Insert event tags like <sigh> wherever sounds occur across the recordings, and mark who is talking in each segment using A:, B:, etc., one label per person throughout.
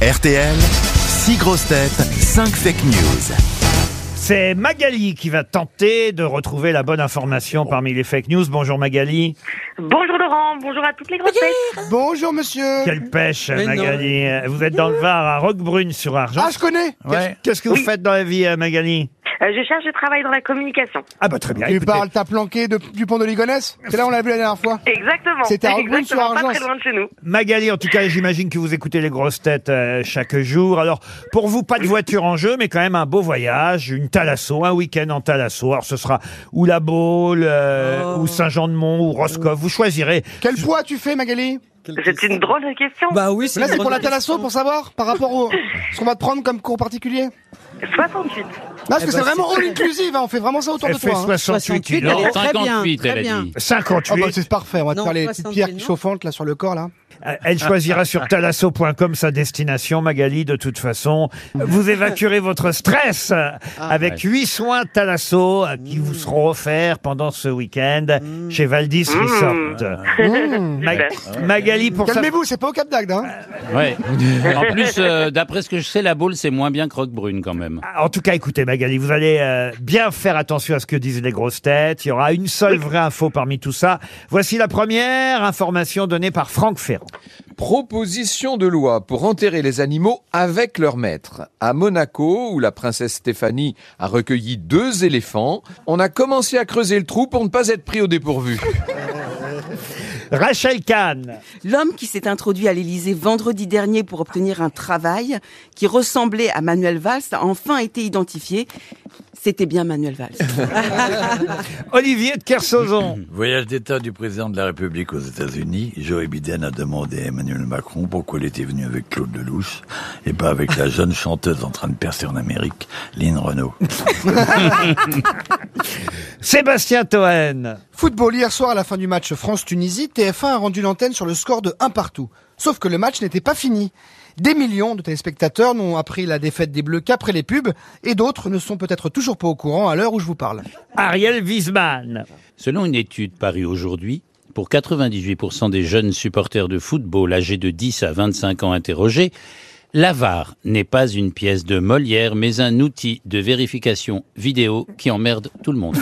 A: RTL, 6 grosses têtes, 5 fake news.
B: C'est Magali qui va tenter de retrouver la bonne information parmi les fake news. Bonjour Magali.
C: Bonjour Laurent, bonjour à toutes les grosses têtes.
D: Bonjour monsieur.
B: Quelle pêche Magali. Vous êtes dans le Var à Roquebrune sur Argent.
D: Ah, je connais.
B: Qu'est-ce que vous faites dans la vie euh, Magali
C: Euh, je cherche du travail dans la communication.
B: Ah bah très bien.
D: Tu
B: écoutez.
D: parles, t'as planqué de- du pont de Ligonnès C'est là on l'a vu la dernière fois.
C: Exactement.
D: C'était à Roquebrune sur
C: Exactement, pas
D: Argens.
C: très loin de chez nous.
B: Magali, en tout cas, j'imagine que vous écoutez les grosses têtes euh, chaque jour. Alors, pour vous, pas de voiture en jeu, mais quand même un beau voyage, une Thalasso, un week-end en Thalasso. Alors, ce sera ou La Baule, euh, ou Saint-Jean-de-Mont, ou Roscoff. Vous choisirez.
D: Quel poids tu fais Magali
C: C'est une drôle de question.
E: Bah oui, c'est
D: Là c'est pour la
E: drôle.
D: thalasso pour savoir par rapport au ce qu'on va te prendre comme cours particulier. Non
C: 68.
D: parce
E: bah,
D: que c'est vraiment
E: c'est-
D: all inclusive, hein, on fait vraiment ça autour
B: Elle
D: de
B: fait
D: toi. hein.
B: 68
E: 68, elle
B: kilos.
E: est très bien.
F: 58,
E: Très
F: elle a
E: bien.
F: dit.
D: Oh, bah,
B: 58.
D: c'est parfait, on va te
E: Non,
D: faire les petites
E: 70,
D: pierres qui
E: non.
D: chauffantes là sur le corps là.
B: Euh, Elle choisira sur talasso.com sa destination, Magali, de toute façon. Vous évacuerez votre stress euh, avec huit soins Talasso euh, qui vous seront offerts pendant ce week-end chez Valdis Resort. Ma-
C: Super.
B: Magali, pour ça...
D: Calmez-vous, c'est pas au Cap d'Agde hein.
F: Ouais. <laughs> En plus, <laughs> euh, d'après ce que je sais, la boule, c'est moins bien que Roquebrune quand même.
B: Ah, En tout cas, écoutez, Magali, vous allez euh, bien faire attention à ce que disent les grosses têtes. Il y aura une seule vraie info parmi tout ça. Voici la première information donnée par Franck Ferrand.
G: Proposition de loi pour enterrer les animaux avec leur maître. À Monaco, où la princesse Stéphanie a recueilli deux éléphants, on a commencé à creuser le trou pour ne pas être pris au dépourvu.
B: Rachel Kahn,
H: L'homme qui s'est introduit à l'Élysée vendredi dernier pour obtenir un travail qui ressemblait à Manuel Valls a enfin été identifié. C'était bien Manuel Valls.
B: Olivier de Kersauzon,
I: Voyage d'État du président de la République aux États-Unis, Joe Biden a demandé à Emmanuel Macron pourquoi il était venu avec Claude Lelouch et pas avec la jeune chanteuse en train de percer en Amérique, Lynn Renault.
B: Sébastien Toen.
D: Football hier soir à la fin du match France-Tunisie, TF1 a rendu l'antenne sur le score de 1 partout. Sauf que le match n'était pas fini. Des millions de téléspectateurs n'ont appris la défaite des Bleus qu'après les pubs et d'autres ne sont peut-être toujours pas au courant à l'heure où je vous parle.
B: Ariel Wiesmann,
F: Selon une étude parue aujourd'hui, pour 98% des jeunes supporters de football âgés de 10 à 25 ans interrogés, l'avare n'est pas une pièce de Molière, mais un outil de vérification vidéo qui emmerde tout <laughs> le monde.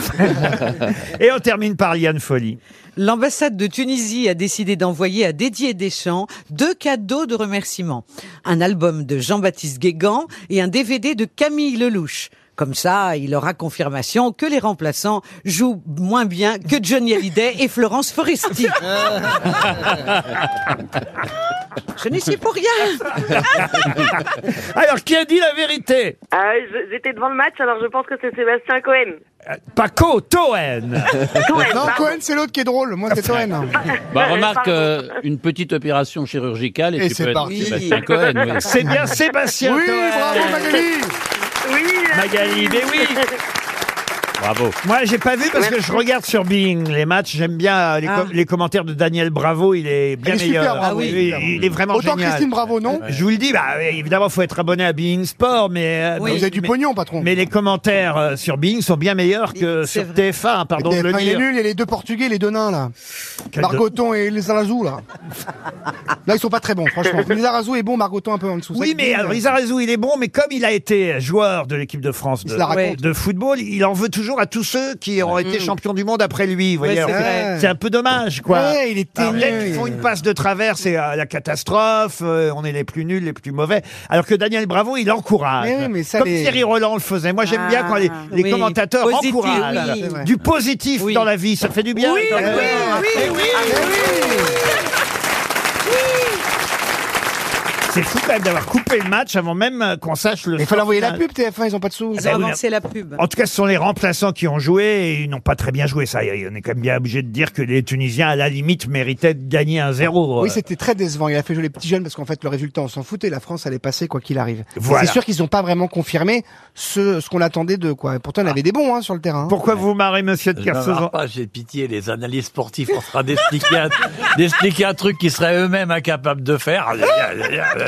B: et on termine par Liane Folly.
J: L'ambassade de Tunisie a décidé d'envoyer à Dédier Deschamps deux cadeaux de remerciement. Un album de Jean-Baptiste Guégan et un DVD de Camille Lelouch. Comme ça, il aura confirmation que les remplaçants jouent moins bien que Johnny Hallyday et Florence Foresti.
D: <laughs>
J: Je n'y suis pour rien.
B: Alors, qui a dit la vérité
C: Euh, je- J'étais devant le match, alors je pense que c'est Sébastien Cohen.
B: Paco Toen.
C: Cohen,
D: Non,
C: pardon.
D: Cohen, c'est l'autre qui est drôle. Moi, c'est Cohen. hein.
F: Bah, remarque,
C: Pardon.
F: euh, une petite opération chirurgicale et,
D: Et
F: tu
D: c'est
F: peux être
D: parti.
F: Sébastien Cohen.
D: <laughs>
F: oui.
B: C'est bien Sébastien
D: Oui,
B: Toen.
D: bravo Magali
C: Oui, merci.
B: Magali, mais oui.
F: Bravo.
B: Moi, j'ai pas vu parce que je regarde sur Bing les matchs. J'aime bien euh, les, com-
J: Ah.
B: les commentaires de Daniel Bravo. Il est bien
D: Il est super,
B: meilleur. Ah
D: Bravo,
B: Oui,
D: il est
B: oui,
D: super.
B: il est vraiment
D: Autant
B: génial.
D: Christine Bravo, non
B: Je vous le dis, bah, évidemment, faut être abonné à Being Sport, mais euh,
J: Oui.
B: mais-
D: Vous avez du
B: mais-
D: pognon, patron.
B: Mais les commentaires euh, sur Bing sont bien meilleurs que
J: C'est
B: sur
J: vrai.
B: TF1. hein, Pardon de
D: TF1,
B: le
D: il est
B: dire.
D: nul, il y a les deux Portugais, les deux nains, là.
B: Quel de-
D: Margoton et les
B: <laughs>
D: Arazou, là. Là, ils sont pas très bons, franchement. Les Arazou est euh, bon, Margoton un peu en dessous.
B: Oui,
D: Ça,
B: mais alors Lizarazu, il est bon, mais comme il a été joueur de l'équipe de France
D: Il
B: de,
D: se la Mm. raconte.
B: de football, il en veut toujours à tous ceux qui ont été champions du monde après lui. vous voyez.
J: Ouais, c'est
B: Alors,
J: vrai.
B: c'est un peu dommage, quoi.
D: Ouais, il est
B: Alors, dès
D: teigneux,
B: qu'ils font
D: il est-
B: une passe de travers, c'est euh, la catastrophe. euh, on est les plus nuls, les plus mauvais. Alors que Daniel Bravo, il encourage.
D: Mais oui, mais ça,
B: Comme
D: les- Ah,
B: Thierry Roland le faisait. Moi, j'aime bien quand les, les
J: oui.
B: commentateurs
J: Positif,
B: encouragent
J: oui. C'est vrai.
B: du positif
J: Oui.
B: dans la vie. Ça fait du bien. quand même.
D: Ah,
B: C'est fou quand même d'avoir coupé le match avant même euh, qu'on sache le.
D: Il fallait envoyer la
B: score.
D: pub, TF1, ils ont pas de sous.
J: Ils
B: bah
J: ont
B: oui,
J: avancé la pub.
B: En tout cas, ce sont les remplaçants qui ont joué et ils n'ont pas très bien joué. Ça, y est, on est quand même bien obligé de dire que les Tunisiens, à la limite, méritaient de gagner un zéro. Euh,
D: Oui, c'était très décevant. Il a fait jouer les petits jeunes parce qu'en fait, le résultat, on s'en foutait. La France allait passer quoi qu'il arrive. Mais
B: Voilà.
D: C'est sûr qu'ils n'ont pas vraiment confirmé ce, ce qu'on attendait d'eux, quoi. Et pourtant, il y avait des bons hein, sur le terrain. hein.
B: Pourquoi vous vous marrez, monsieur de
I: Je me
B: Kersauzon
I: marre pas, j'ai pitié, les analyses sportifs en train d'expliquer un, <laughs> d'expliquer un truc qu'ils seraient eux-mêmes incapables de
B: Ah,
I: faire.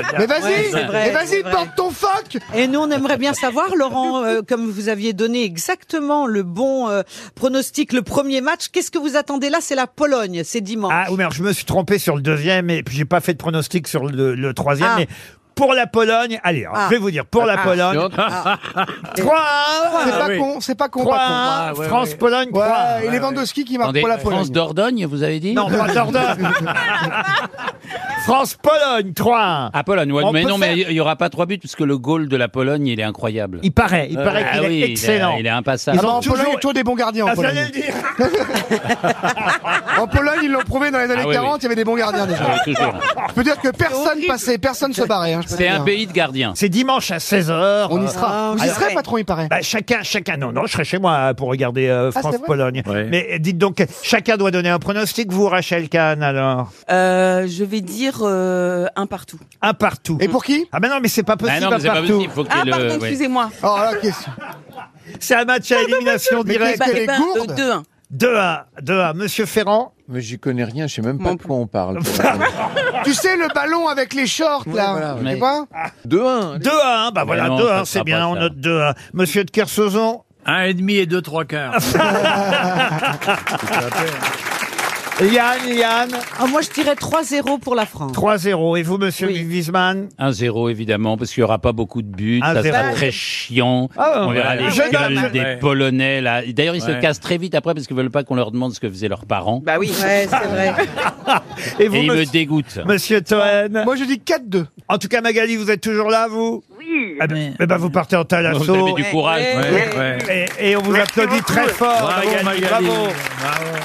D: Ah, Mais vas-y,
J: c'est vrai,
D: mais vas-y,
J: c'est vrai.
D: porte ton fuck
J: Et nous, on aimerait bien savoir, Laurent, euh, comme vous aviez donné exactement le bon euh, pronostic, le premier match, qu'est-ce que vous attendez là C'est la Pologne, c'est dimanche.
B: Ah oui, mais alors, je me suis trompé sur le deuxième et puis j'ai pas fait de pronostic sur le, le troisième.
J: Ah.
B: Mais pour la Pologne. Allez, alors,
J: Ah.
B: je vais vous dire pour la
J: Ah.
B: Pologne. Trois
D: Ah. C'est pas
B: un.
D: con, c'est pas con,
B: Ah, Trois
D: pas
B: un. France-Pologne,
D: con. Ouais,
B: trois un.
D: et Lewandowski qui marque
F: Attendez,
D: pour la
F: France
D: Pologne. Ah,
F: Dordogne, vous avez dit
B: Non, pas
D: <laughs>
B: Dordogne. France-Pologne, 3-1.
F: À Ah, Pologne, ouais,
B: On
F: mais
B: peut
F: non,
B: faire-
F: mais il n'y aura pas trois buts parce que le goal de la Pologne, il est incroyable.
B: Il paraît, il paraît
F: Ah
B: qu'il
F: oui, il
B: est excellent.
F: Il est impassable.
B: Ils
D: Ah bah, en
B: toujours-
D: Pologne, il y a toujours des bons gardiens. En
B: Ah,
D: Pologne,
B: j'allais le dire.
D: En Pologne, ils l'ont prouvé dans les années
F: Ah oui,
D: 40, il y avait des bons gardiens déjà.
F: Ah oui, toujours.
D: Je peux dire que personne passait, personne se barrait. hein, je peux
F: C'est
D: te
F: un
D: dire.
F: pays de gardiens.
B: C'est dimanche à 16h.
D: On y sera. Vous y
B: alors-
D: serez, patron, il paraît.
B: Bah, chacun, chacun. Non, non, je serai chez moi pour regarder euh,
D: Ah, c'est vrai
B: France-Pologne.
I: Ouais.
B: Mais euh, dites donc, chacun doit donner un pronostic, vous, Rachel Kahn, alors
H: Euh, je vais dire euh, un partout.
B: Un partout.
D: Et pour qui
B: Ah, ben non, mais c'est pas
F: Ah
B: possible,
F: non,
B: un
F: mais c'est pas
B: partout.
F: possible. il Faut qu'il y
H: Ah,
F: ait le...
H: pardon,
F: ouais.
H: excusez-moi.
D: Oh là, qu'est-ce
B: C'est un match
D: Ah,
B: à élimination directe.
D: Bah, les
H: ben,
D: gourdes.
H: euh, deux, un.
B: 2-1, 2-1. Monsieur Ferrand
G: Mais j'y connais rien, je sais même pas
H: Mon
G: de quoi on parle.
D: Tu sais, le ballon avec les shorts, là.
G: voilà,
D: tu
F: ouais.
D: vois
G: 2-1.
B: 2-1, bah voilà,
F: non,
B: 2-1,
F: ça
B: c'est
F: sera
B: bien,
F: pas
B: on
F: ça.
B: note 2-1. Monsieur de Kersauzon
I: Un et demi et deux trois quarts.
B: Ah, Yann, Yann,
J: Ah, moi, je dirais 3-0 pour la France.
B: 3-0. Et vous, monsieur
J: Oui.
B: Wiesmann
F: 1-0 évidemment parce qu'il n'y aura pas beaucoup de buts,
B: Un
F: ça sera
B: zéro.
F: très chiant.
B: Ah,
F: on
B: ouais.
F: verra les
B: Je note.
F: gueules des
I: Ouais.
F: Polonais là. D'ailleurs ils se
I: Ouais.
F: cassent très vite après parce qu'ils veulent pas qu'on leur demande ce que faisaient leurs parents.
H: Bah oui.
J: c'est vrai.
B: Et vous,
F: Et ils me
B: monsieur,
F: dégoûtent.
B: monsieur Toen
D: Moi, je dis 4-2.
B: En tout cas, Magali, vous êtes toujours là, vous
C: Oui.
B: Eh ben, eh ben, vous partez en
F: Vous avez
B: thalasso.
F: du courage.
I: Ouais, ouais.
B: Et, et on vous
C: Merci
B: applaudit
C: beaucoup.
B: très fort,
I: Bravo,
B: Magali,
I: Magali.
B: Bravo.
I: Bravo.